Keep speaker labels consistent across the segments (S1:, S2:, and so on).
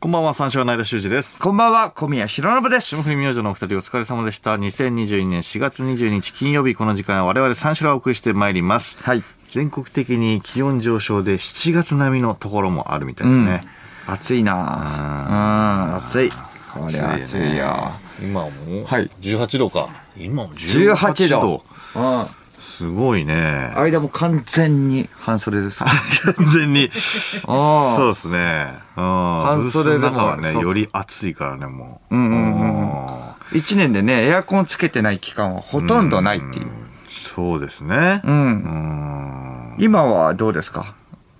S1: こんばんは、三四郎の間修二です。
S2: こんばんは、小宮浩信で
S1: 霜
S2: す。
S1: 降り明星のお二人お疲れ様でした。2022年4月22日金曜日この時間は我々三四郎をお送りしてまいります。
S2: はい。
S1: 全国的に気温上昇で7月並みのところもあるみたいですね。
S2: 暑いなぁ。うん、暑い。これ暑いよ。
S1: 今も
S2: はい
S1: 18度か。今も
S2: 18度。。うん。
S1: すごい ね。
S2: 間も完全に半袖です。
S1: 完全に。
S2: あ
S1: そうですね。半
S2: 半袖でも
S1: 中はね、
S2: そう
S1: より暑いからね、もう。
S2: うんうんうん
S1: うん
S2: 一年でね、エアコンつけてない期間はほとんどないっていう。
S1: そうですね。
S2: う。
S1: うんん。
S2: 今はどうですか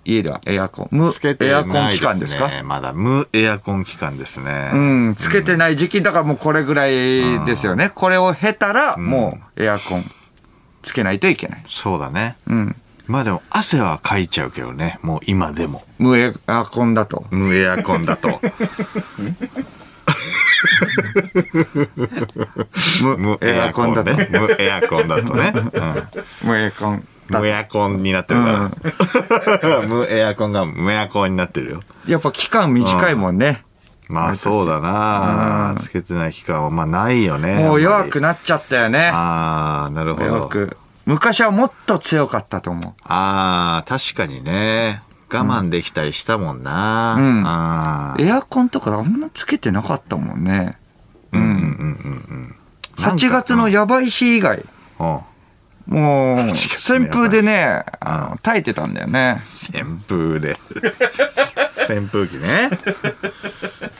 S2: 家ではエアコン。無
S1: つけ、て
S2: エ
S1: な
S2: ア
S1: い
S2: コン期間ですか
S1: ね、まだ無エアコン期間ですね。
S2: うん、つけてない時期だからもうこれぐらいですよね。これを経たら、もうエアコンつけないといけない。
S1: そうだね。
S2: うん。
S1: まあでも汗はかいちゃうけどね。もう今でも。
S2: 無エアコンだと。
S1: 無エアコンだ と。
S2: 無エアコンだと。
S1: ね。無エアコンだとね。
S2: 無エアコン
S1: うん、
S2: だ
S1: 無エアコンになってるから。 無エアコンが無エアコンになってるよ。
S2: やっぱ期間短いもんね。
S1: まあそうだな、つけてない期間はまあないよね。
S2: もう弱く
S1: な
S2: なっちゃったよね。
S1: ああ、なるほど。
S2: 弱く。昔はもっと強かったと思
S1: ああ、確かにね。我慢できたりしたもんな。
S2: うん
S1: あ
S2: う。エアコンとかあんまつけてなかったもんね。
S1: ーうんうんうんなんか
S2: 8月のやばい日以外、
S1: うん。うん
S2: もう、
S1: 月のやばい
S2: 旋風でね、あの耐えてたんだよね。
S1: 扇風 で。扇風機ね。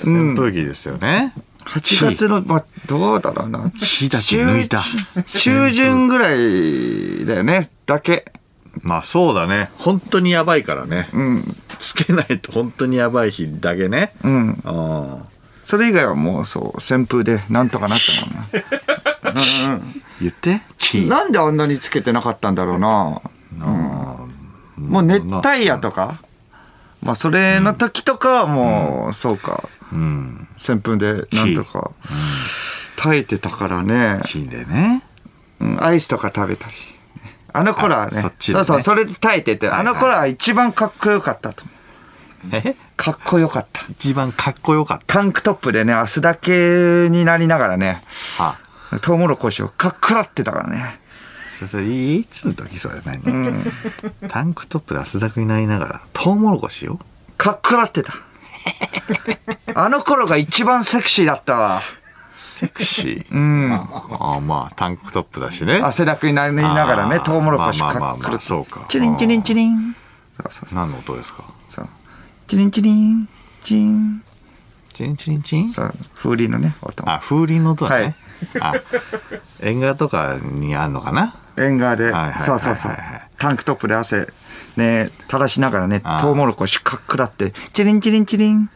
S1: 扇風機ですよね。
S2: 8月の、まあ、どうだろうな。
S1: 火だけ抜いた。
S2: 中旬ぐらいだよね、だけ。
S1: まあそうだね。本当にやばいからね。
S2: うん。
S1: つけないと本当にやばい日だけね。
S2: うん。
S1: あ
S2: それ以外はもう、そう、旋風でなんとかなったもんな。
S1: 言って。火。
S2: なんであんなにつけてなかったんだろうな。うん、もう熱帯夜とか、まあそれの時とかはもう、そうか、
S1: うん。
S2: 旋風でなんとか耐えてたからね、
S1: 火でね。
S2: うんアイスとか食べたり。あの頃はね、
S1: あそっちで
S2: そ
S1: ね
S2: うそう、それで耐えてて、
S1: いは
S2: あ
S1: い
S2: の頃は一番かっこよかったと思
S1: え
S2: う。かっこよかった。
S1: 一番かっこよかっ
S2: タンクトップでね、汗だけになりながらね、
S1: た。あ
S2: トウモロコシをかっくらってたからね。
S1: そそれいつの時それ何、タンクトップで汗だくになりながらトウモロコシよ
S2: かっくらってた。あの頃が一番セクシーだったわ。
S1: セクシ ー
S2: うん。
S1: ああまあタンクトップだしね
S2: 汗だくになりながらね
S1: あ、ー
S2: トウモロコシ
S1: まあまあま
S2: か
S1: あ
S2: っ
S1: まあ
S2: くる。
S1: そうか
S2: チリンチリンチリン。そうそう
S1: 何の音ですか
S2: そう。チリンチリン、チリン。
S1: チリンチリンチリン
S2: そう、風鈴のね、音。
S1: あ風鈴の音だね、あ縁側とかにあんのかな
S2: 縁側で
S1: はいはいはいは、い
S2: そうそうそう。タンクトップで汗、ね、垂らしながらね
S1: あー、
S2: トウモロコシかっくらって、チリンチリンチリン。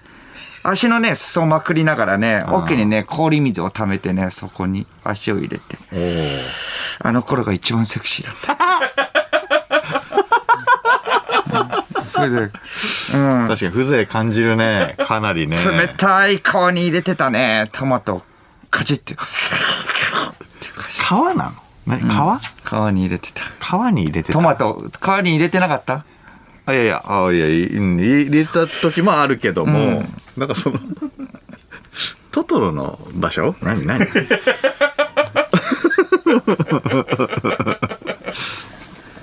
S2: 足のね、裾をまくりながらね、奥にね、氷水を溜めてね、そこに足を入れて。
S1: おお
S2: あの頃が一番セクシーだった。それでうん、
S1: 確かに風情感じるねかなりね
S2: 冷たい顔に入れてたね、トマトをカチッて。
S1: 皮なの何皮、
S2: 皮に入れてた。
S1: 皮に入れてた
S2: トマト、皮に入れてなかった
S1: あいやいや、あいや、いうん入れた時もあるけども、なんかその、トトロの場所何何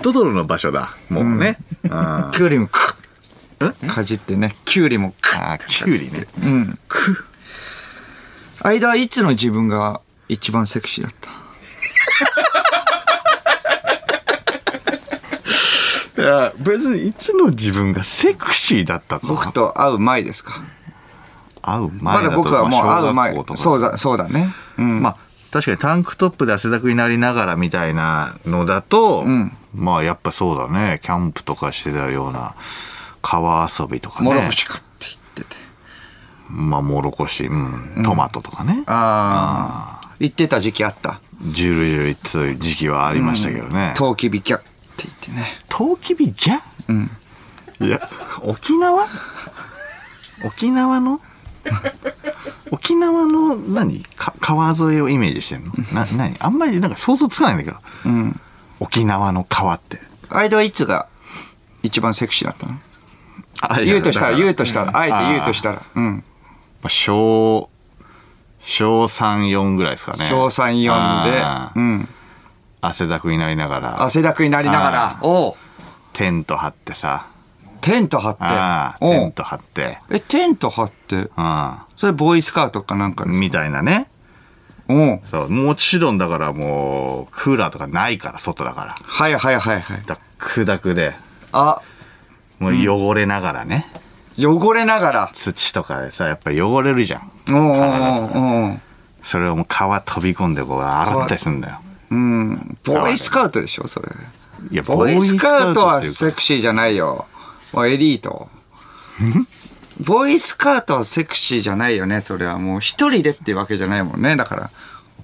S1: トトロの場所だ、もうね。あ
S2: キュウリもクッ。かじってね、キュウリもクッ。
S1: あ、キュウリね。
S2: うん。間はいつの自分が一番セクシーだった
S1: いや、別にいつの自分がセクシーだったか。
S2: 僕と会う前ですか
S1: 会う前
S2: まだ
S1: と
S2: 僕はもう
S1: まあ
S2: 会う前
S1: 小学校と。か
S2: そうだ、そうだね。うん。
S1: まあ確かにタンクトップで汗だくになりながらみたいなのだと、
S2: ん
S1: まあやっぱそうだねキャンプとかしてたような川遊びとかね
S2: もろこしかって言ってて。
S1: まあもろこし、うん、トマトとかね、
S2: ああ。言ってた時期あった。
S1: ジュルジュルそういう時期はありましたけどね、
S2: トウキビキャって言ってね。
S1: とうきびじゃ、いや沖縄沖縄の沖縄の何か川沿いをイメージしてんのな何あんまりなんか想像つかないんだけど
S2: うん。
S1: 沖縄の川って
S2: 間はいつが一番セクシーだったの
S1: あいや
S2: 言うとした
S1: だ
S2: ら、
S1: から
S2: 言うとしたら、あえて言うとしたら。うん。
S1: あ小、小3、4ぐらいですかね。
S2: 小3、
S1: あ
S2: 4
S1: ー
S2: で、うん。
S1: 汗だくになりながら、
S2: 汗だくになりながら
S1: あ、
S2: おう
S1: テント張ってさ、
S2: テント張
S1: あ
S2: って、
S1: ーテ
S2: お
S1: ン
S2: う
S1: ト張って、
S2: え、テント張って、
S1: う
S2: それボーイスカートかなんかで
S1: ん、
S2: す
S1: みたいなね。
S2: おう
S1: そう、もちろんだからもう、クーラーとかないから、外だから。
S2: はいはいはいはい。
S1: ダックダクで、
S2: あ、
S1: もう汚れながらね、
S2: 汚れながら、
S1: 土とかでさ、やっぱ汚れるじゃん。
S2: おうおうおうおう
S1: それをもう川飛び込んでこう洗ったりすんだよ。
S2: うん。ボーイスカートでしょ、それ。
S1: いや、
S2: ボーイスカートは
S1: ボーイスカ
S2: セ
S1: ートっていうか
S2: クシーじゃないよ。もうエリート。ボーイスカートはセクシーじゃないよね、それは。もう一人でってわけじゃないもんね、だから。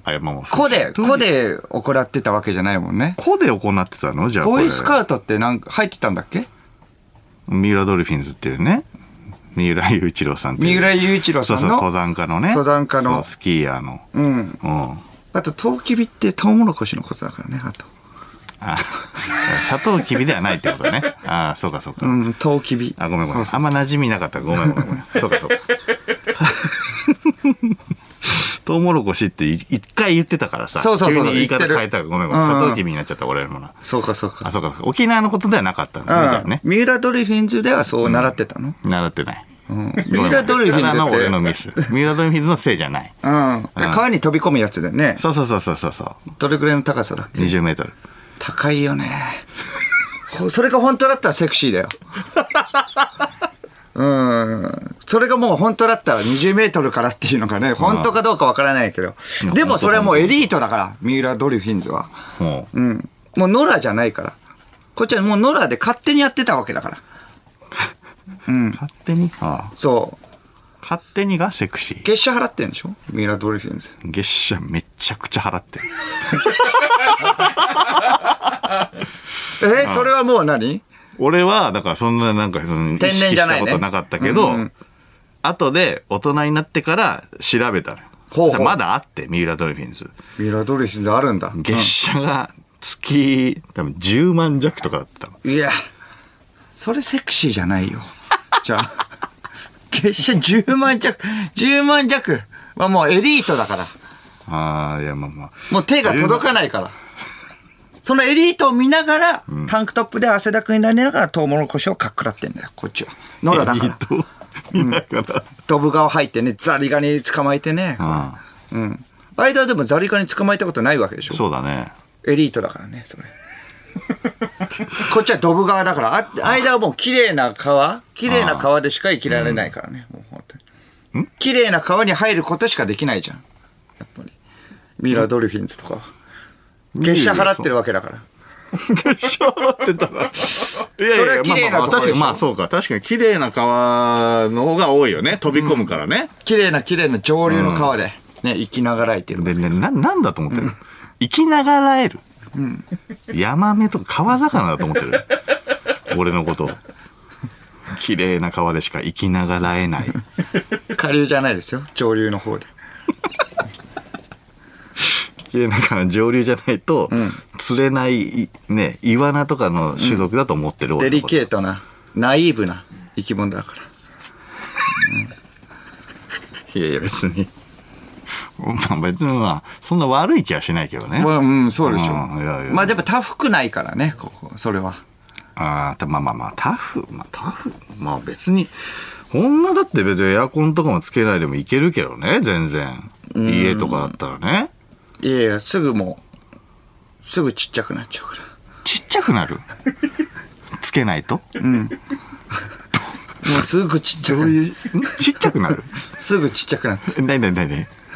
S1: あいやもう
S2: 個で、
S1: 一人
S2: 個で行ってたわけじゃないもんね。
S1: 個で行ってたのじゃあこ
S2: ボ
S1: れ
S2: ーイスカートってなんか入ってたんだっけ
S1: 三浦ドルフィンズっていうね三浦雄一郎さんってい
S2: 三
S1: う
S2: 浦雄一郎
S1: そ
S2: さ
S1: うんそう
S2: の。
S1: 登山家のね
S2: 登山家の
S1: そうスキーヤーの
S2: うん。
S1: うん
S2: あと、トウキビってトウモロコシのことだからね、あと。
S1: あ 砂糖きびではないってことねああそうかそうか、
S2: うん、トウキビ。
S1: あごめんごめん
S2: そうそう
S1: あんま馴染みなかったごめんごめんごめんそうかそうか トウモロコシってい一回言ってたからさ
S2: そうそうそう
S1: 急に言い方
S2: 言ってる
S1: 変えたからごめんごめん
S2: うんうん
S1: 砂糖きびになっちゃった俺のな
S2: そうか、そうか
S1: あ。そうかそうか沖縄のことではなかったんだねじゃあ
S2: うん
S1: ね。
S2: 三浦ドルフィンズではそう習ってたの
S1: 習ってない
S2: うん。三浦ドルフィンズ
S1: の
S2: って
S1: 俺。のミス。三浦ドルフィンズのせいじゃない。
S2: うん。川に飛び込むやつだよね。
S1: そうそうそうそうそうそ
S2: どれくらいの高さだっ
S1: う。
S2: け
S1: 20メートル。
S2: 高いよね。ほそれが本当だったらセクシーだよ。うん。それがもう本当だったら20メートルからっていうのがね、本当かどうかわからないけど
S1: う。ん
S2: でもそれはもうエリートだから、三浦ドルフィンズは。
S1: もう。
S2: うん。もうノラじゃないから。こっちはもうノラで勝手にやってたわけだから。
S1: 勝手にああ
S2: そう。
S1: 勝手にがセクシー。
S2: 月謝払ってんでしょ三浦ドルフィンズ。
S1: 月謝めちゃくちゃ払ってる。
S2: えーそれはもう何
S1: 俺は、だからそんななんかその意
S2: 天然
S1: 識
S2: じゃ
S1: し
S2: な
S1: た
S2: いね
S1: ことなかったけど、
S2: うんうん
S1: 後で大人になってから調べたのよ。
S2: ほうほう
S1: そしたらまだあって、三浦ドルフィンズ。
S2: 三浦ドルフィンズあるんだ。
S1: 月謝が月、多分10万弱とかだったの。
S2: いや、それセクシーじゃない よ。じゃあ、月謝10万弱、10万弱はもうエリートだから。
S1: ああ、いやまあまあ。
S2: もう手が届かないから。そのエリートを見ながら、タンクトップで汗だくになりながらトウモロコシをかっくらってんだよ、こっちは。野良だか
S1: え
S2: ら
S1: っ。と、見ながら。
S2: ドブ川入ってね、ザリガニ捕まえてね。
S1: ああ
S2: うん。間はでもザリガニ捕まえたことないわけでしょ
S1: そうだね。
S2: エリートだからね、それ。 こっちはドブ川だから、あ間はもう綺麗な川、綺麗な川でしか生きられないからね、もう本当に。綺麗な川に入ることしかできないじゃん。やっぱり。ミラドルフィンズとかは。月謝払ってるわけだから。
S1: 決勝払ってたら。 いやいや
S2: それは綺麗なとこで
S1: まあまあまあ確か
S2: しょ
S1: に、まあそうか。確かに綺麗な川の方が多いよね。飛び込むからね。
S2: 綺麗な綺麗な上流の川で、ね、生きながらえてる。
S1: で、ね、な、なんだと思ってる、生きながらえる。ヤマメとか川魚だと思ってる。俺のことを。綺麗な川でしか生きながらえない。
S2: 下流じゃないですよ、上流の方で。
S1: 綺麗な川の上流じゃないと、釣れない、ね、イワナとかの種族だと思ってる、俺の
S2: デリ
S1: こと
S2: ケートな、ナイーブな生き物だから。
S1: いやいや、別に。まあ別にまあ、そんな悪い気はしないけどね。
S2: まあ、うん、そうでしょ。
S1: うんいやいや
S2: まあ、でもタフくないからね、ここ、それは。
S1: ああ、まあまあまあ、タフ、まあタフ、まあ別に、こんなだって別にエアコンとかもつけないでもいけるけどね、全然。家とかだったらね。
S2: いやいや、すぐもう、すぐちっちゃくなっちゃうから。
S1: ちっちゃくなる。つけないと
S2: もうすぐちっちゃくなっ
S1: んちっちゃくなる。
S2: すぐちっちゃくなって。
S1: えなになになに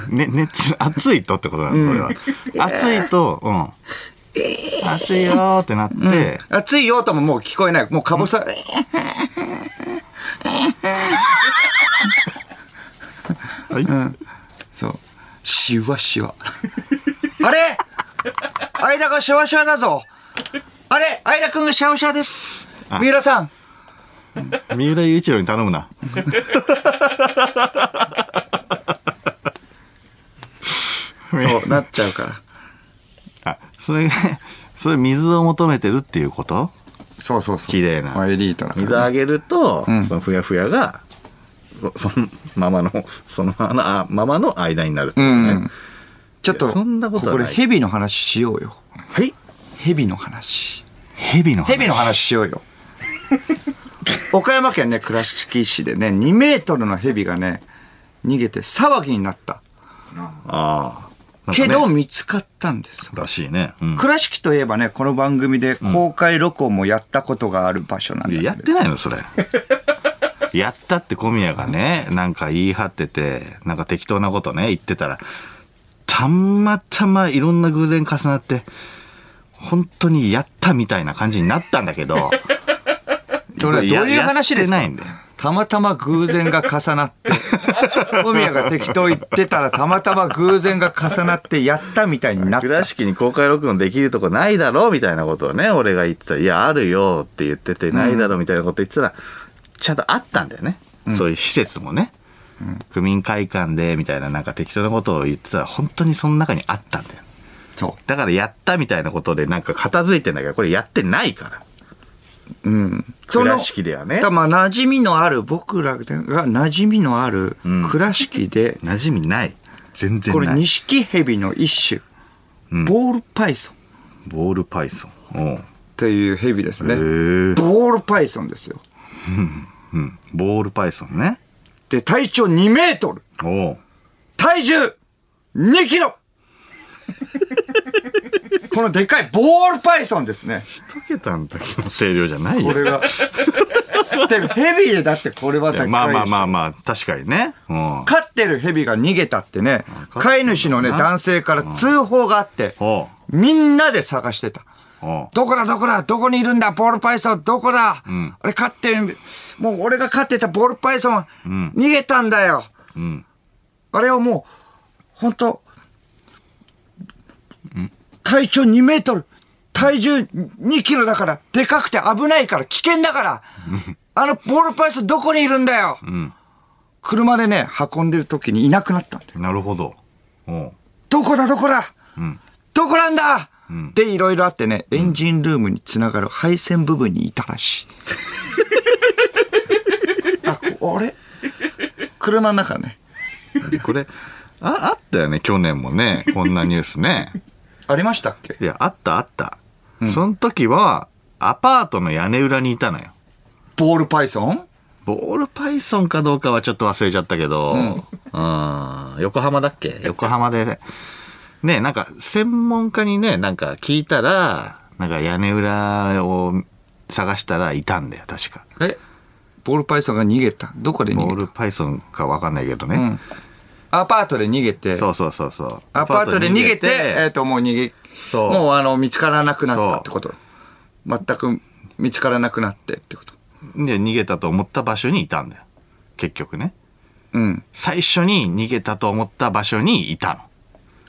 S1: ね、熱、暑いとってことなの、これは。暑いと、うん。暑いよーってなって、
S2: 暑いよとももう聞こえない。もうかぼさ、
S1: はい
S2: そう。シワシワ。 あれ間がシワシワだぞ。あれ間くんがシャワシャワです。三浦 さん。
S1: 三浦雄一郎に頼むな。
S2: そう、なっちゃうから。
S1: あ、それ、それ水を求めてるっていうこと
S2: そうそうそう。
S1: 綺麗な
S2: まあエリートだか
S1: 水
S2: ら。
S1: あげると、そのふやふやがそのままのそのままのあままの間になるってことね、
S2: うんちょっと、
S1: いやそんなことはない
S2: これヘビの話しようよ。
S1: はい
S2: ヘビの話。
S1: 蛇の
S2: ヘビの話しようよ。岡山県ね、倉敷市でね、2メートルのヘビがね、逃げて騒ぎになった。
S1: ああ、
S2: けど
S1: なんかね
S2: 見つかったんです。
S1: らしいね、うん
S2: 倉敷といえばね、この番組で公開録音もやったことがある場所なんだけど、
S1: やってないのそ れやったって小宮がねなんか言い張っててなんか適当なことね言ってたらたまたまいろんな偶然重なって本当にやったみたいな感じになったんだけど
S2: それはどういう話ですか
S1: ややってないんだよ
S2: たまたま偶然が重 なって、小宮が適当言ってたらたまたま偶然が重なってやったみたいになった。
S1: 倉敷に公開録音できるとこないだろうみたいなことをね俺が言ってた「いやあるよ」って言ってて「ないだろ」みたいなこと言ってたら、ちゃんとあったんだよね、そういう施設もね、区民会館でみたいななんか適当なことを言ってたら本当にその中にあったんだよ
S2: そ
S1: だからやったみたいなことでなんか片付いてんだけどこれやってないから
S2: う。うん。その
S1: 倉敷ではね
S2: たまあ馴染みのある、僕らが馴染みのある
S1: ん
S2: 倉敷 で、
S1: 馴染みない全然
S2: これ
S1: ない
S2: 錦蛇の一種、ボールパイソン
S1: ボールパイソン
S2: という蛇です
S1: おうへえ
S2: ね。ボールパイソンですよ。
S1: うんボールパイソンね
S2: で、体長2メートル
S1: おう
S2: 体重2キロ このでかいボールパイソンですね。
S1: 一桁の時の声量じゃないよ
S2: これが。でもヘビでだってこれはでかいし
S1: まあまあまあまあ、確かにね。うん。
S2: 飼ってるヘビが逃げたってね、
S1: うん
S2: 飼い主のね、
S1: 飼ってるんだな
S2: 男性から通報があって、
S1: おう
S2: みんなで探してた。
S1: おう
S2: どこだどこだどこにいるんだボールパイソンどこだ、あれ飼ってる、もう俺が飼ってたボールパイソン、逃げたんだよ。
S1: うん。
S2: あれをもう、ほんと、体長2メートル、体重2キロだから、でかくて危ないから、危険 だから、あのボールパイソンどこにいるんだよ、
S1: ん
S2: 車でね、運んでる時にいなくなったんだよ。
S1: なるほど。おう
S2: どこだどこだ、
S1: ん
S2: どこなんだ、で、いろいろあってね、エンジンルームにつながる配線部分にいた らしい。あ、こあれ車の中ね。
S1: これ、あ、あったよね、去年もね。こんなニュースね。
S2: ありましたっけ
S1: いや、あったあった。その時は、アパートの屋根裏にいたのよ。
S2: ボールパイソン
S1: ボールパイソンかどうかはちょっと忘れちゃったけど、うん、横浜だっけ横浜でね、ね、なんか専門家にね、なんか聞いたら、なんか屋根裏を探したらいたんだよ、確か。
S2: えボールパイソンが逃げたどこで
S1: ボー
S2: 逃げ
S1: ルパイソンかわかんないけどね。
S2: んたアパートで逃げて
S1: そうそうそうそう。
S2: アパートで逃げてえっ、ともう逃げ
S1: そう
S2: もうあの見つからなくなったってこと全く見つからなくなってってこと
S1: で、逃げたと思った場所にいたんだよ。結局ね。
S2: うん
S1: 最初に逃げたと思った場所にいたの。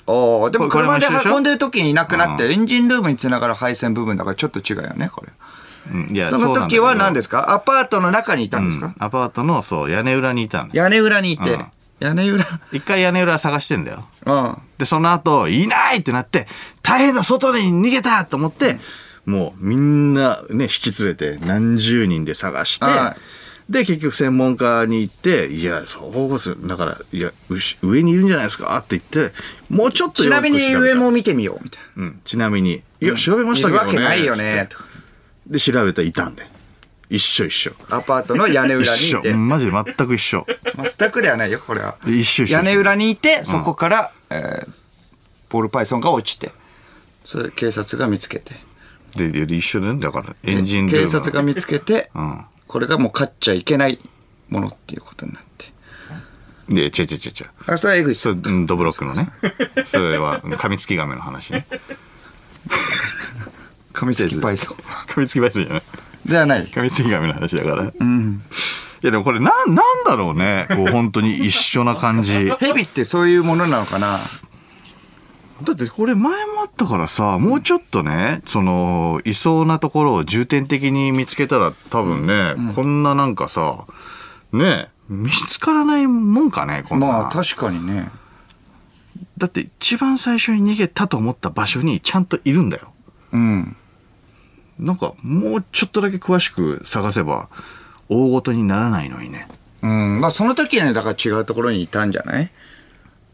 S2: おーでも
S1: これこ
S2: 車
S1: れも
S2: で
S1: 一緒でしょ
S2: 運んでる時にいなくなって
S1: う
S2: エンジンルームにつながる配線部分だからちょっと違うよねこれ
S1: うん、いや
S2: その時は何ですすかアパートの中にいたんですか、
S1: アパートの、そう、屋根裏にいたの。
S2: 屋根裏にいて、
S1: うん
S2: 屋根裏
S1: 一回屋根裏探してんだよ。
S2: うん
S1: で、その後、いないってなって、大変だ外で逃げたと思って、もうみんなね、引き連れて何十人で探して、
S2: は
S1: で、結局専門家に行って、いや、そうですだから、いや、うし上にいるんじゃないですかって言って、もうちょっと
S2: ち
S1: よ
S2: な
S1: く
S2: みに
S1: 調べ
S2: 上
S1: た
S2: も見てみようみたい
S1: うん、ちなみに。いや、調べま
S2: な
S1: し
S2: い
S1: たけ
S2: る
S1: ど
S2: わ
S1: ね。
S2: けないよね
S1: つっ
S2: とか
S1: て。で、調べたらいたんで。一緒一緒。
S2: アパートの屋根裏
S1: 一
S2: にい
S1: 緒。
S2: て
S1: マジで全く一緒。
S2: 全くではないよこれは
S1: 一緒一緒
S2: 屋根裏にいてそこから、えーボールパイソンが落ちてそれ警察が見つけて
S1: で、で一緒でね、だから、エンジンルーム
S2: 警察が見つけて、
S1: うん
S2: これがもう買っちゃいけないものっていうことになって
S1: で、違う違う違う違う。
S2: あそれは江口
S1: そ
S2: さ
S1: れ、
S2: ん
S1: うんドブロックのね。それは、カミツキガメの話ね。
S2: 噛みつきパイソン
S1: カミツキバイスじゃない。
S2: ではない
S1: カミツキガメの話だから。いや、でもこれ、なん、なんだろうね。こう、本当に一緒な感じ。
S2: ヘビってそういうものなのかな
S1: だってこれ前もあったからさもうちょっとねそのいそうなところを重点的に見つけたら多分ね、こんななんかさね見つからないもんかねこんな、
S2: まあ確かにね
S1: だって一番最初に逃げたと思った場所にちゃんといるんだよ
S2: うん
S1: なんかもうちょっとだけ詳しく探せば大ごとにならないのにね
S2: うん、まあその時ね、だから違うところにいたんじゃない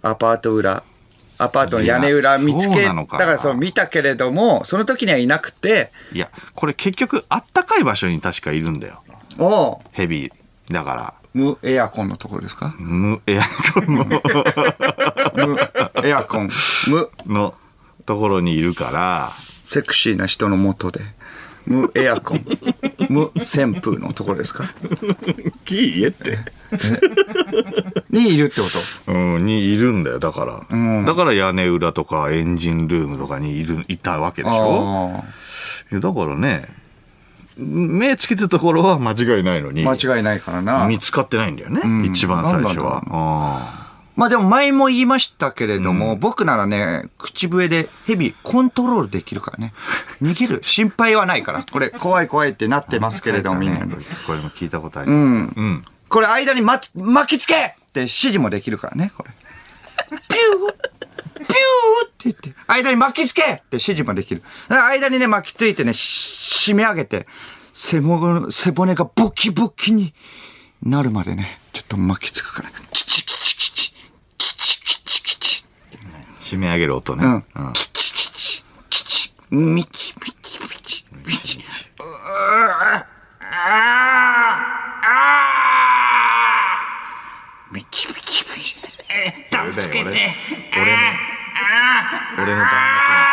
S2: アパート裏。アパートの屋根裏
S1: いや
S2: 見つ
S1: そう
S2: け、
S1: な
S2: だ
S1: のか
S2: からその見たけれども、その時にはいなくて、
S1: いやこれ結局あったかい場所に確かいるんだよ
S2: お
S1: ヘビだから
S2: うむ、エアコンのところですか
S1: む エアコンの
S2: む、エアコン、む、
S1: のところにいるから
S2: セクシーな人のもとで、む、エアコン、む、扇風のところで すか
S1: キー言えって
S2: にいるってこと
S1: うん、にいるんだよだから、だから屋根裏とかエンジンルームとかにいるいたわけでしょ
S2: あ
S1: いやだからね目つけてたところは間違いないのに
S2: あ間違いないからな。
S1: 見つかってないんだよね、
S2: ん
S1: 一番最初
S2: な
S1: は
S2: んだ
S1: あ
S2: まあでも前も言いましたけれども、僕ならね、口笛でヘビコントロールできるからね。逃げる心配はないから。これ怖い怖いってなってますけれども、みんなに。
S1: これも聞いたことありますけどうん
S2: これ間に巻つ巻きつけって指示もできるからね、これ。ピューピューって言って、間に巻きつけって指示もできる。だから間にね、巻きついてね、し締め上げて、背も背骨がボキボキになるまでね、ちょっと巻きつくから、キチキチキチ、キチキチキチ。
S1: 締め上げる音ね、
S2: う
S1: うんん
S2: キチキチ、キチ、ミチミチミチ、ミチ。うーあーあーみちみちみち。助けて。
S1: 俺の俺の旦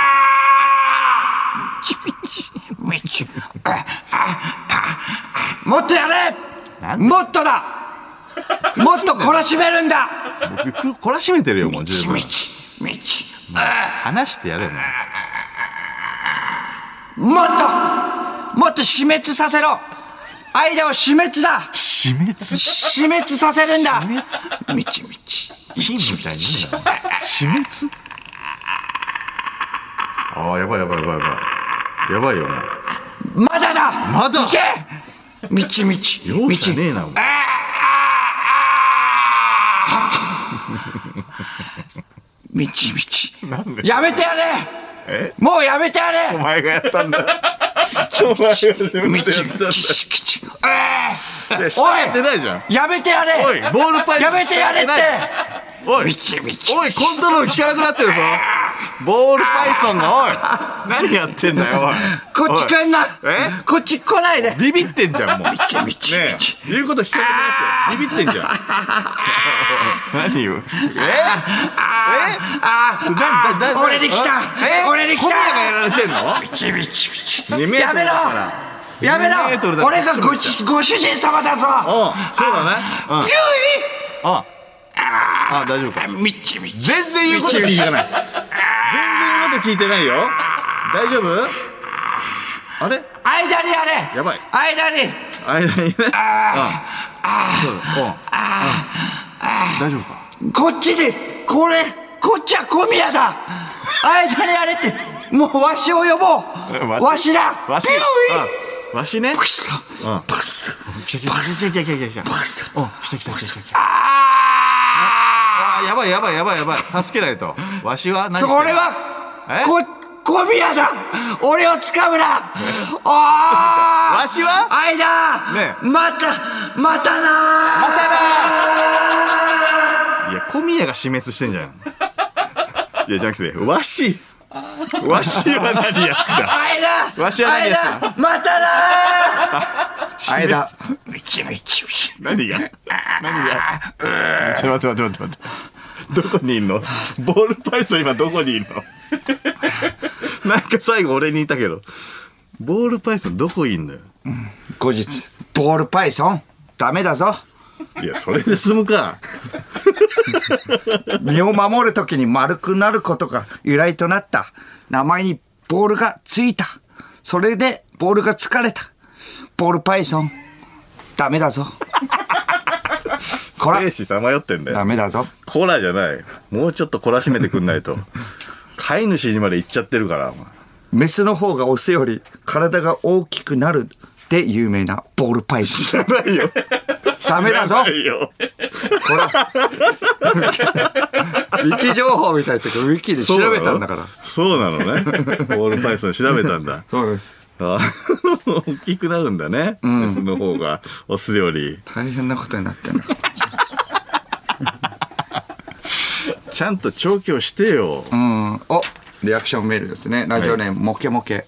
S2: みちみちみち。あああもっとやれ
S1: なんで
S2: もっとだもっと懲らしめるんだ
S1: 那さん懲らしめてるよもう十
S2: ち
S1: 分
S2: みちみち。
S1: 話してやれもう
S2: もっともっと死滅させろ間を死滅だ
S1: 死滅
S2: 死滅させるんだ
S1: 死滅
S2: みちみち。
S1: 金みたいに言うんだよ。死滅ああ、やばいやばいやばいやばい。やばいよな。
S2: まだだ
S1: まだ
S2: いけみちみち。
S1: 容
S2: み
S1: 赦
S2: ち
S1: ねえな、お前。
S2: みちみち
S1: ん。で
S2: やめてやれもうやめてやれ
S1: お前がやったんだよ。お前がやったんだ
S2: み
S1: よ
S2: ちみち。きちえ
S1: い
S2: ー
S1: や
S2: おい
S1: 従ってないじゃん
S2: やめてやれ
S1: おい、ボールパイプ
S2: やめてやれって
S1: おい
S2: み、ちみち。
S1: おい、コントロール効かなくなってるぞ。ボールパイソンが、おい、何やってんだよ、おい。
S2: こっち来んな
S1: おいえ
S2: こっち来ないで
S1: おいビビってんじゃん、もう。
S2: みちみち
S1: ね
S2: みち。
S1: え、言うこと聞かなくなって、ビビってんじゃん。何よ。ええ
S2: あー
S1: だだだ
S2: 俺に来た
S1: え
S2: 俺に来た
S1: 小宮がやられてんの
S2: みちみちみち。
S1: 2メー
S2: や
S1: トル
S2: めろ
S1: だから
S2: やめ
S1: 2メートルだ
S2: ろ
S1: から
S2: 俺がごちご主人様だぞ
S1: うんそうだねうん
S2: ピ
S1: ああ大丈夫
S2: ュ
S1: か
S2: ーイみちみち。
S1: 全然言うこと聞いてない全然言うこと聞いてないよ大丈夫あれ
S2: 間にやれ
S1: やばい
S2: 間に
S1: あれねああそうだうんあ大丈夫か
S2: こっちでこれこっちは小宮だ間にやれってもうわしを呼ぼうわ
S1: わ
S2: し
S1: し
S2: だ
S1: わし
S2: ピューイ
S1: うんわしね
S2: パス
S1: ん
S2: パス
S1: 来た来た
S2: パス
S1: 来た来た来た来た
S2: パス
S1: うん来た来た来た来た
S2: あ
S1: あーやばいやばいやばいやばい助けないと わしは
S2: あ
S1: 何して
S2: そ
S1: んの
S2: れは
S1: え
S2: こ小宮だ俺を掴むなおー
S1: わしは
S2: 間
S1: ねえ
S2: またまたなま
S1: た
S2: ない
S1: や、小宮が死滅してんじ ゃん。いや、じゃなくて、わし。わしは何やった
S2: 間
S1: わしは何やった
S2: 間またな間
S1: 間
S2: みちみちみち
S1: 何が 何がちょっと待って待って待って待って。どこにいんのボールパイソン今どこにい んのなんか最後俺にいたけど。ボールパイソンどこいんのよ。
S2: 後日ボールパイソンダメだぞ
S1: いや、それで済むか。
S2: 身を守る時に丸くなることが由来となった名前にボールがついたそれでボールが疲れたボールパイソンダメだぞこら
S1: 生死さまよってんだ
S2: ダ
S1: よ。
S2: メだぞ
S1: コラじゃない。もうちょっと懲らしめてくんない と。飼い主にまで行っちゃってるから、お前。
S2: メスの方がオスより体が大きくなるで有名なボールパイソン
S1: ない よ。
S2: ダメだぞ
S1: ないよ。
S2: こらウィキ情報みたいなとこウィキで調べたんだから
S1: そうなのね。ボールパイソン調べたんだ。
S2: そうです
S1: あー 大きくなるんだね。メスの方が、オスより。
S2: 大変なことになってんの。
S1: ちゃんと調教してよ。
S2: うん。お、リアクションメールですね。ラジオネーム、もけもけ。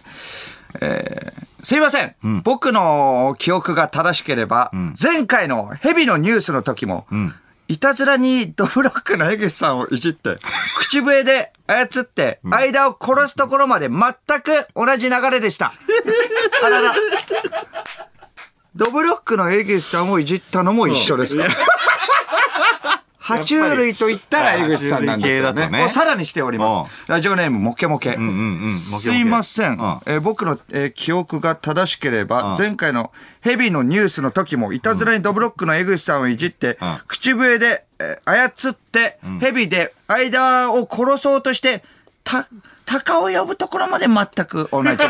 S2: えーすいません、僕の記憶が正しければ、前回のヘビのニュースの時も、いたずらにドブロックの江口さんをいじ って、口笛で操って、間を殺すところまで全く同じ流れ でした。あらら。ドブロックの江口さんをいじったのも一緒ですか爬虫類と言ったら江口さんなんですよ
S3: やっぱり爬虫類系だと
S2: ね。
S3: ね
S2: もうさらに来ております。ラジオネームもけもけ。
S3: んうん
S2: すいません。
S3: うん
S2: えー僕の、えー記憶が正しければ、前回のヘビのニュースの時も、いたずらにドブロックの江口さんをいじって、
S3: ん
S2: 口笛で、えー操って、ヘビで間を殺そうとして、た、鷹を呼ぶところまで全く同じ流れ。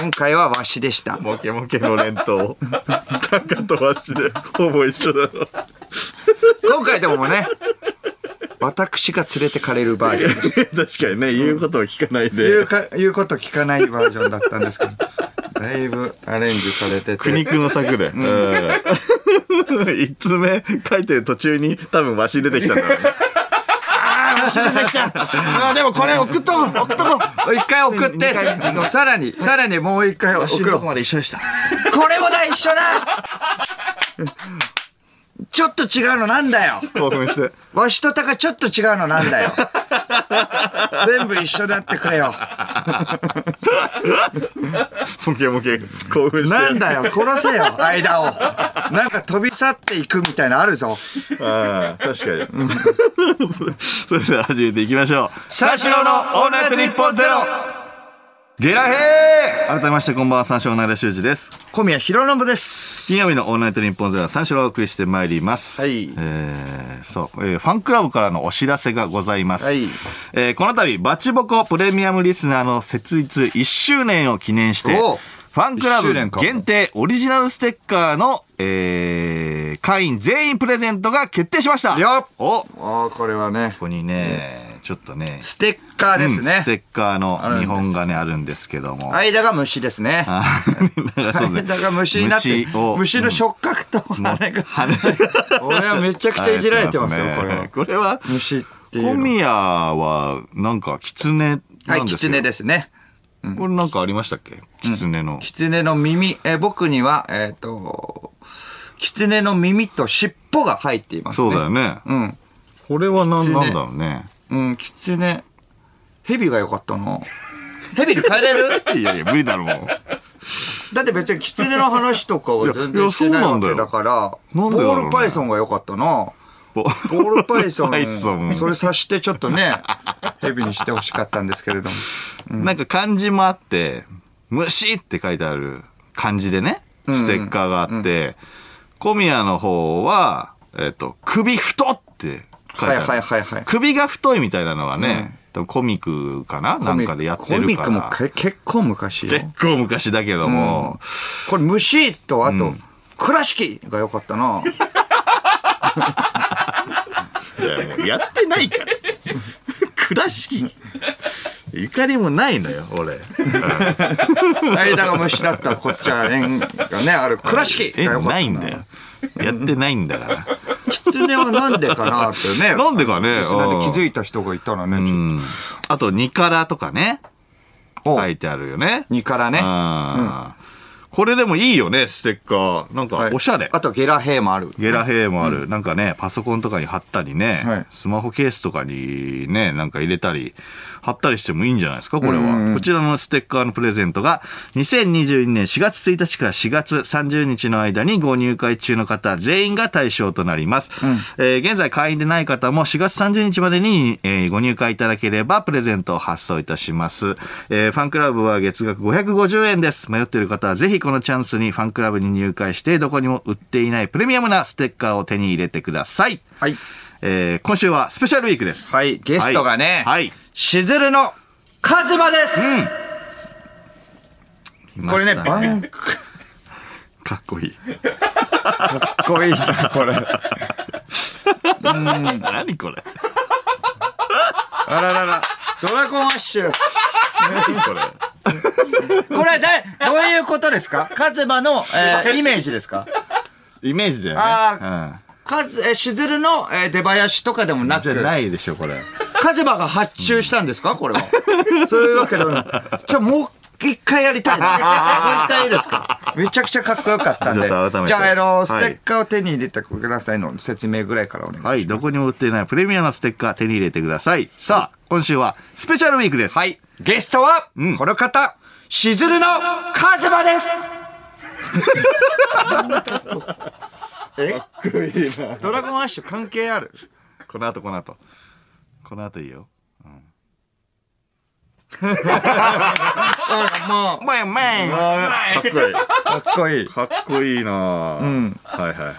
S2: 今回はわしでした。
S1: モケモケの連投。タカとワシで、ほぼ一緒だろ。
S2: 今回でもね、私が連れてかれるバージョン。
S1: 確かにね、言うことを聞かない
S2: 言
S1: で
S2: う。か、言うこと聞かないバージョンだったんですけど、だいぶアレンジされて
S1: 苦
S2: て。
S1: 肉の策で。 一通目書いてる途中に多分ワシ出てきたんだろうね。
S3: ああ、でもこれ送っとこう送っとこう
S2: 一回送って、さらに、さらにもう一回送
S3: 送る
S2: ろ
S3: と
S2: う
S3: こ。まで一緒でした。
S2: これもだ、一緒だちょっと違うのなんだよ
S1: 興奮して。
S2: わしとたかちょっと違うのなんだよ全部一緒だってくれよ
S1: モケモケ興奮して。
S2: なんだよ殺せよ間をなんか飛び去っていくみたいなのあるぞ
S1: ああ、確かに。 それでは始めていきましょう。
S2: 三四郎のオールナイトニッポンゼロ
S1: ゲラヘー改めましてこんばんは、三四郎の間修二です。
S2: 小宮弘信です
S1: 金曜日のオールナイトニッポンゼロは三四郎をお送りしてまいります。
S3: はい
S1: えー、そう、えー、ファンクラブからのお知らせがございます。
S3: はい
S1: えーこの度、バチボコプレミアムリスナーの設立1周年を記念して、
S2: おう
S1: ファンクラ
S2: 1周年
S1: ブ
S2: か
S1: 限定オリジナルステッカーの、えー、会員全員プレゼントが決定しました
S2: よっ
S1: おこ
S2: ああこれはね
S1: こにね、ちょっとね、
S2: ステッカーで
S1: うん
S2: す
S1: ステ
S2: ね
S1: ッカー
S2: あるん
S1: の見
S2: です
S1: 本がね、あるんですけども。 い。
S2: 間が虫ですね間が虫になって
S1: 虫を
S2: 虫の触覚と羽が俺はめちゃくちゃいじられてますよ、これ は。
S1: これは、
S2: 虫っていうの。
S1: 小宮は、なんか、狐なんですよ
S2: はい、キツネですね。
S1: これなんかありましたっけ狐の。
S2: キツネの耳、えー僕には、えっ、と、キツネの耳と尻尾が入っていますね。
S1: そうだよね。
S2: うん。
S1: これはなん
S2: 狐
S1: なんだろうね。
S2: うん、キツネ。ヘビが良かったな。ヘビに変えれ る
S1: いやいや、無理だろ、 も
S2: だって別にキツネの話とかは全然してないわけだから、
S1: いやいやそうなんだよなん
S2: ボ
S1: でだろうね
S2: ールパイソンが良かったな。
S1: う。
S2: ボールパイソン、
S1: パイソン
S2: それさしてちょっとね、ヘビにしてほしかったんですけれども。
S1: なんか漢字もあって、虫って書いてある漢字でね、ステッカーがあって、小宮の方は、えっと、首太って書いてある。
S2: はいはいはいはい。
S1: 首が太いみたいなのはね、多分コミックかななんかでやって
S2: コ
S1: る
S2: ミッ
S1: か
S2: クも
S1: ら。
S2: け結構昔よ
S1: 結。構昔だけども、
S2: これ虫とあと、倉敷が良かっ たな。
S1: いやもうやってないから倉敷ゆかりもないのよ俺
S2: 間が虫だったらこっちは縁がね、ある。倉敷
S1: え
S2: が良かった。
S1: ないんだよやってないんだ から
S2: 狐はなんでかなってね。
S1: なんでかね
S2: リスナーで気づいた人がいたらね、ち
S1: う
S2: ょっ
S1: んあと「にから」とかね
S2: お
S1: 書いてあるよね
S2: と。2からね。
S1: あーこれでもいいよねステッカーなん
S2: は
S1: か
S2: い
S1: おしゃれ、
S2: あとゲラヘイもある。
S1: ゲラヘイもある、なんかねパソコンとかに貼ったりね、
S2: はい
S1: スマホケースとかにねなんか入れたり貼ったりしてもいいんじゃないですかこれ
S2: うんうんう
S1: は
S2: ん
S1: こちらのステッカーのプレゼントが2022年4月1日から4月30日の間にご入会中の方全員が対象となります、えー現在会員でない方も4月30日までに、えーご入会いただければプレゼントを発送いたします、えーファンクラブは月額550円です迷っている方はぜひこのチャンスにファンクラブに入会してどこにも売っていないプレミアムなステッカーを手に入れてください
S2: はい。
S1: えー今週はスペシャルウィークです。
S2: はい、ゲストがね、
S1: はい。はい
S2: しずるのカズマです、これね、
S1: 来ま
S2: バ
S1: した
S2: ンク、
S1: かっこいい。
S2: かっこいいな、これ。あ
S1: 何これ
S2: ららら、ドラゴンアッシュ。
S1: 何これ
S2: れ誰、どういうことですかカズマの、えーイメージですか
S1: イメージだよね。
S2: あカズ、えー、しずるの、えー出囃子とかでも
S1: う、
S2: なん
S1: じゃ
S2: く、
S1: ないでしょ、これ。
S2: カズマが発注したんですかこれは。 そういうわけでもない。じゃあもう一回やりたいな。もう一回いいですかめちゃくちゃかっこよかったんで。
S1: ちょっと改めて
S2: じゃあ、あ
S1: は
S2: の、
S1: い
S2: ステッカーを手に入れてくださいの説明ぐらいからお願いします。
S1: はい、どこにも売っていないプレミアなステッカー手に入れてください。さあ、今週はスペシャルウィークです。
S2: はい。ゲストは、この方、しずるのカズマ です。えドラゴンアッシュ関係ある
S1: この後、この後。この後いいよ。
S2: も
S1: まあ、かっこいい。
S2: う、 かっこいい。
S1: かっこいいなうん。はいはいはい。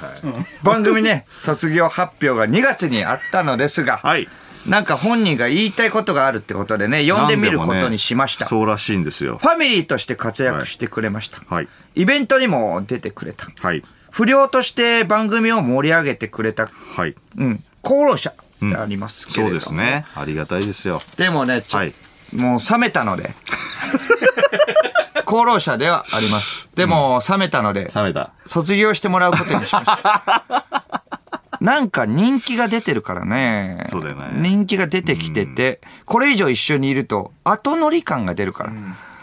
S2: 番組ね、卒業発表が2月にあったのですが、
S1: はい。
S2: なんか本人が言いたいことがあるってことでね、読んでみることにしました。
S1: なんでもねそうらしいんですよ。
S2: ファミリーとして活躍してくれました。
S1: はい。
S2: イベントにも出てくれた。
S1: はい。
S2: 不良として番組を盛り上げてくれた、
S1: はい。
S2: うん、功労者でありますけ
S1: そ
S2: れど、
S1: うですね。ありがたいですよ。
S2: でもね、ちょ
S1: はい
S2: もう冷めたの で。功労者ではあります。でも、冷めたので、
S1: 冷めた。
S2: 卒業してもらうことにしました。 なんか人気が出てるからね。
S1: そうだよね
S2: 人気が出てきてて、これ以上一緒にいると、後乗り感が出るから。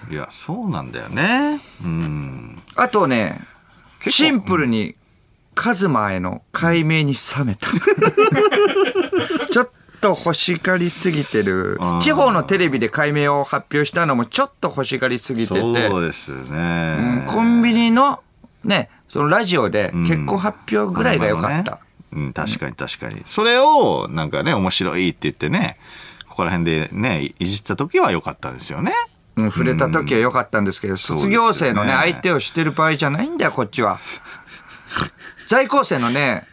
S1: いや、そうなんだよね。うん。
S2: あとね、シンプルに、カズマへの解明に 冷めた。ちょっと欲しがりすぎてる
S1: あー。
S2: 地方のテレビで解明を発表したのもちょっと欲しがりすぎてて、
S1: そうですね。
S2: コンビニの、ね、そのラジオで結婚発表ぐらいが良かった。
S1: うん、確かに確かに。それを、なんかね、面白いって言ってね、ここら辺でね、いいじった時は良かったんですよね。
S2: うん、触れた時は良かったんですけど、卒業生のね、
S1: そうですよね
S2: 相手をしてる場合じゃないんだよ、こっちは。在校生のね、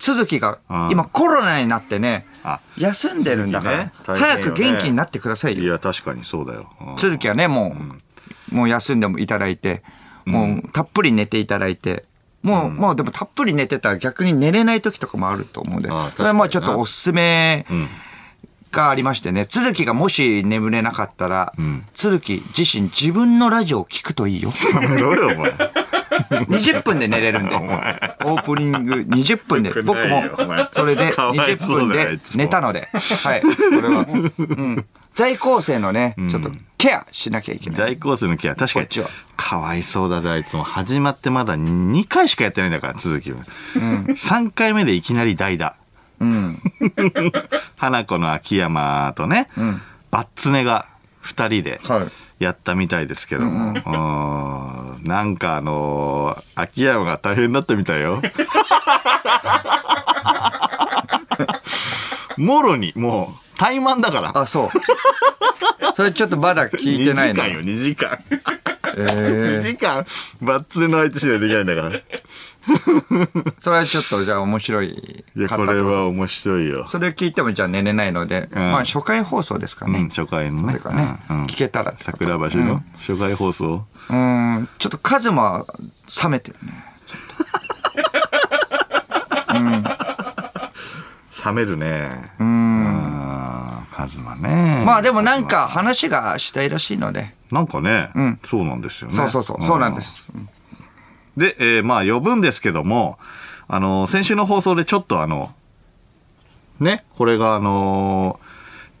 S2: 続きが
S1: あ、ー
S2: 今コロナになってね
S1: あ、
S2: 休んでるんだから、
S1: 都築ね大変
S2: 早
S1: よ
S2: く
S1: ね
S2: 元気になってください
S1: い
S2: よ。
S1: や、確かにそうだよ。うん
S2: 続きはね、もう、もう休んでもいただいて、もうたっぷり寝ていただいて、もう、もうでもたっぷり寝てたら逆に寝れない時とかもあると思うんで
S1: あー、
S2: それはもうちょっとおすすめがありましてね、続きがもし眠れなかったら、続き自身自分のラジオを聞くとい いよ。
S1: やめろよ、お前。
S2: 20分で寝れるんで、オープニング20分で、
S1: く
S2: 僕
S1: ないよ
S2: も
S1: お前
S2: それで
S1: かわい
S2: 20
S1: そう
S2: 分
S1: だよい
S2: で
S1: つも
S2: 寝たので、はい、これは、うん。在校生のね、ちょっとケアしなきゃいけない。
S1: 大コースのケア、確かに
S2: こっちは。
S1: かわいそうだぜ、あいつも。始まってまだ2回しかやってないんだから、続きは。3回目でいきなり代打。花子の秋山とね、バッツネが2人で
S2: はい
S1: やったみたいですけども、うんなんかあのー秋山が大変だったみたい よ。もろに、もう、怠慢だから。
S2: あ、そう。 それちょっとまだ聞いてな
S1: 2
S2: い
S1: 時
S2: の。
S1: 間よ、2時間。2
S2: え
S1: 時間、バッツネの相手しないといけないんだから。
S2: ーそれはちょっとじゃあ面白い
S1: いや、
S2: か
S1: こ
S2: った
S1: れ
S2: と。
S1: は面白いよ。
S2: それを聞いてもじゃあ寝れないので、まあ初回放送ですか
S1: う
S2: ね。
S1: ん、初回の
S2: そ
S1: ね
S2: れ。からね、
S1: うんうん
S2: 聞けたら。
S1: 桜橋の初回放送。
S2: うん、ちょっとカズマ冷めてるね。
S1: 冷めるね。うん。カズマね。
S2: まあでもなんか話がしたいらしいので。
S1: なんかね、そうなんですよね。
S2: そうそうそう、そうなんで
S1: ん。
S2: す。
S1: で、えーまあ、呼ぶんですけども、あの、先週の放送でちょっとあの、ね、これがあの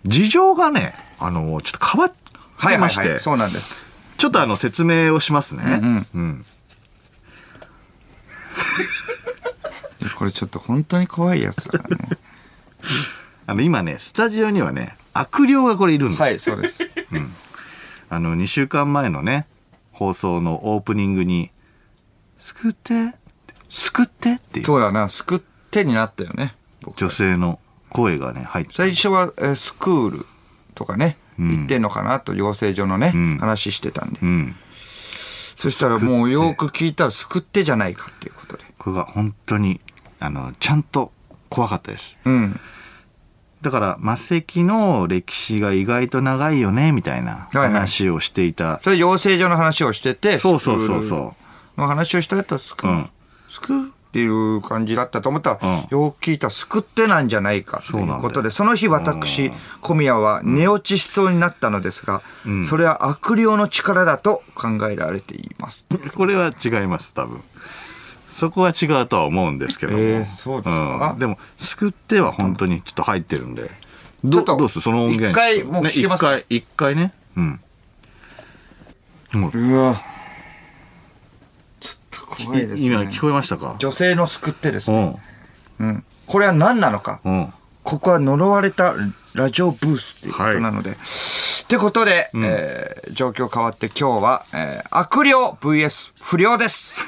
S1: ー、事情がね、あのー、ちょっと変わっ
S2: はい
S1: て
S2: は
S1: ま
S2: い
S1: して、
S2: はい、そうなんです。
S1: ちょっとあの説明をしますね。うん
S2: これちょっと本当に怖いやつだからね。
S1: あの今ね、スタジオにはね、悪霊がこれいるんです。
S2: はい、そう です。
S1: あの、2週間前のね、放送のオープニングに、救って、救ってっていう
S2: そうだな、救ってになったよね。僕
S1: 女性の声がね、入ってた
S2: 最初は、えースクールとかね、行ってんのかなと養成所のね、
S1: ん
S2: 話してたんで、
S1: うん。
S2: そしたらもうよく聞いたら救ってじゃないかっていうことで
S1: これが本当に、あの、ちゃんと怖かったです。
S2: うん
S1: だから、末席の歴史が意外と長いよね、みたいない
S2: はい
S1: 話をしていた。
S2: それ養成所の話をしてて
S1: そうそうそう
S2: スクー
S1: そ
S2: ルの話をした後スク、
S1: うん
S2: スクっていう感じだったと思ったら、よく聞いたら救ってなんじゃないかということで、その日私、小宮は寝落ちしそうになったのですが、それは悪霊の力だと考えられています。
S1: これは違います、多分。そこは違うとは思うんですけども。
S2: えーそうですか
S1: うんでも、救っては本当にちょっと入ってるんで。ど
S2: ちょっと
S1: どうするその音源。
S2: 一回もう聞けますか
S1: ね一回、一回ね。うん。
S2: うわ。ちょっと怖いです
S1: 今
S2: ね
S1: 聞。こえましたか
S2: 女性の救ってです
S1: う
S2: ね。
S1: ん。
S2: うん。これは何なのか。
S1: うん。
S2: ここは呪われたラジオブースっていうことなので。ってことで、えー状況変わって今日は、えー悪霊 VS 不良 です。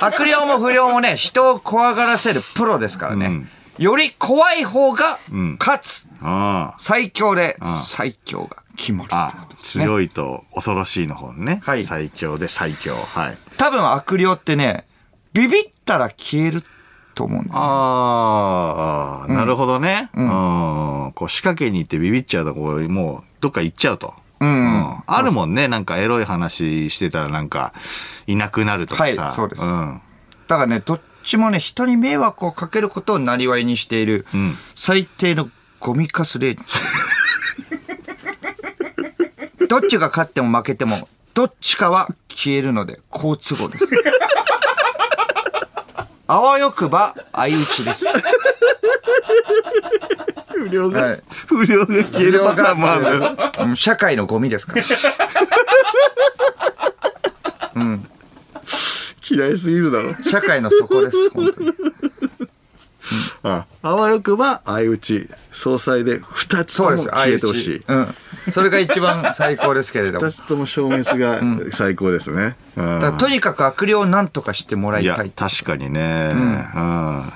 S2: 悪霊も不良もね、人を怖がらせるプロですからね。より怖い方が勝つ。
S1: ああ。
S2: 最強で最強が決まるって
S1: あ
S2: ことですね。
S1: 強いと恐ろしいの本ね。
S2: はい
S1: 最強で最強。はい。
S2: 多分悪霊ってね、ビビったら消えると思うんだよね
S1: ああ、なるほどね。うん。こう仕掛けに行ってビビっちゃうと、こう、もう、どっか行っちゃうと。
S2: うん
S1: うんあるもんね。なんかエロい話してたらなんか、いなくなるとかさ。
S2: はいそうです
S1: ん。
S2: だからね、どっちもね、人に迷惑をかけることをなりわいにしている、最低のゴミカスレン ジ。どっちが勝っても負けても、どっちかは消えるので、好都合です。あわよくば相打ち です。
S1: 不良が、
S2: はい
S1: 不良が消えるパターンもある。
S2: うん社会のゴミですから。
S1: 嫌いすぎるだろ。
S2: 社会の底です、本当に。
S1: ああわよくば相打ち。総裁で2つと
S2: そう
S1: も
S2: です、
S1: 消えてほしい。
S2: 相打ちうん。それが一番最高ですけれど も
S1: 2。つとも消滅が最高ですね。うん
S2: だからとにかく悪霊をなんとかしてもらい
S1: いや、
S2: たいと。
S1: 確かにね、うん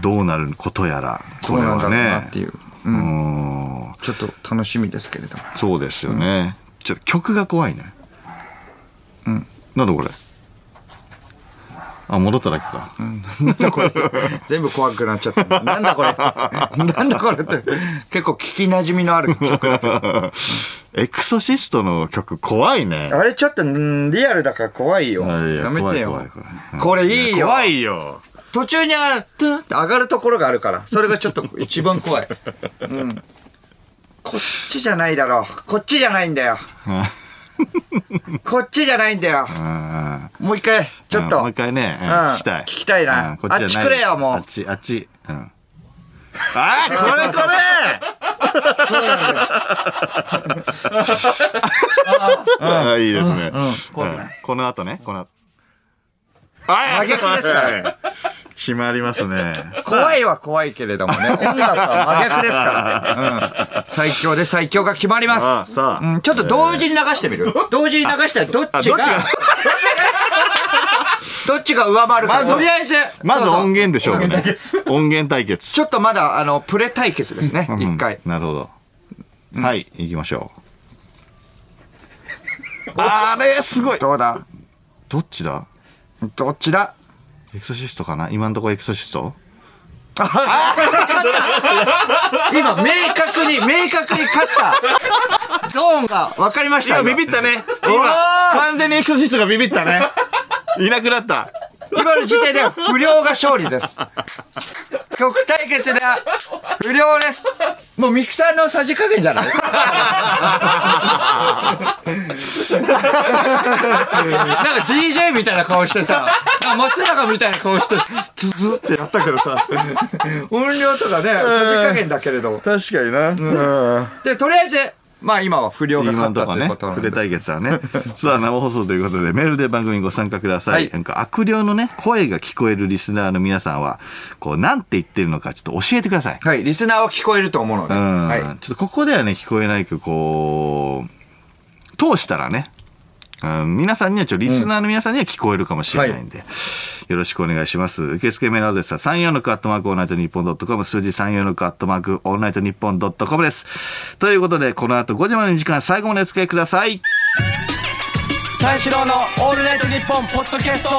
S1: どうなることやら、こ
S2: そう
S1: れ
S2: なんだろ
S1: は
S2: うな
S1: ね
S2: って。いう。
S1: うん
S2: ちょっと楽しみですけれども。
S1: そうですよね。ちょっと曲が怖いね。なんだこれあ、戻っただけか。
S2: 全部怖くなっちゃった。なんだこれなんだこれって。結構聞き馴染みのある曲 だけど。
S1: エクソシストの曲怖いね。
S2: あれちょっと、うんリアルだから怖いよ。
S1: あいや
S2: やめて
S1: 怖い
S2: よ
S1: 怖い。
S2: これいいよ。
S1: 怖いよ。
S2: 途中にある、トゥンって上がるところがあるから。それが ちょっと一番怖い。うんこっちじゃないだろう。こっちじゃないんだよ。こっちじゃないんだよ。
S1: うん
S2: もう一回、ちょっ
S1: うん
S2: と。
S1: もう一回ね、うん
S2: うん
S1: 聞きたい。
S2: 聞きたいな
S1: うんこっちじゃない
S2: あっちくれよもう
S1: あっち、あっち。うん。あー、これこれあーいいですね。うんこの後ね、この後。あ
S2: 真逆ですから
S1: ら。暇ありますね。
S2: 怖いは怖いけれどもね。音楽は真逆ですから、うん。最強で最強が決まります。
S1: あーさあ、
S2: うん、ちょっと同時に流してみる。同時に流したらどっちが、どっちが上回るか。
S1: まず
S2: とりあえず、
S1: まず
S2: そうそう
S1: 音源でしょうね。音源対決。
S2: ちょっとまだ、あの、プレ対決ですね。一回。
S1: なるほど。はい、行きましょう。あれ、すごい。
S2: どうだ
S1: どっちだ
S2: どっちだ
S1: エクソシストかな今のところエクソシスト
S2: 今、明確に、明確に勝った。ゾーンが分かりました。今
S1: ったね
S2: うわー
S1: 完全にエクソシストがビビった ね。いなくなった。
S2: 今の時点で不良が勝利です。曲対決で不良です。もうミキサーのさじ加減じ ゃないなんか DJ みたいな顔してさ、あ松永みたいな顔して、
S1: ズズってやったけどさ。
S2: 音量とかね、さじ加減だけれども。
S1: 確かにな。うん。
S2: で、とりあえず、まあ今は不良が
S1: 今のとこと
S2: 勝ったいう
S1: ね
S2: こ、となん
S1: 触
S2: で
S1: れ
S2: す。
S1: 対決はね。さあ、生放送ということで、メールで番組にご参加ください。
S2: はい
S1: なんか悪霊のね、声が聞こえるリスナーの皆さんは、こう、なんて言ってるのか、ちょっと教えてください。
S2: はい、リスナーは聞こえると思うので。
S1: うん、
S2: はい。
S1: ちょっとここではね、聞こえないけど、こう、通したらね、うん、皆さんには、ちょ、リスナーの皆さんには聞こえるかもしれないんで、よろしくお願いします。受付メールアドレスは、34のカットマークオールナイトニッポンドットコム、数字34のカットマークオールナイトニッポンドットコムです。ということで、この後5時までの時間、最後までお付き合いください。
S2: 三四郎のオールナイトニッポンポッドキャスト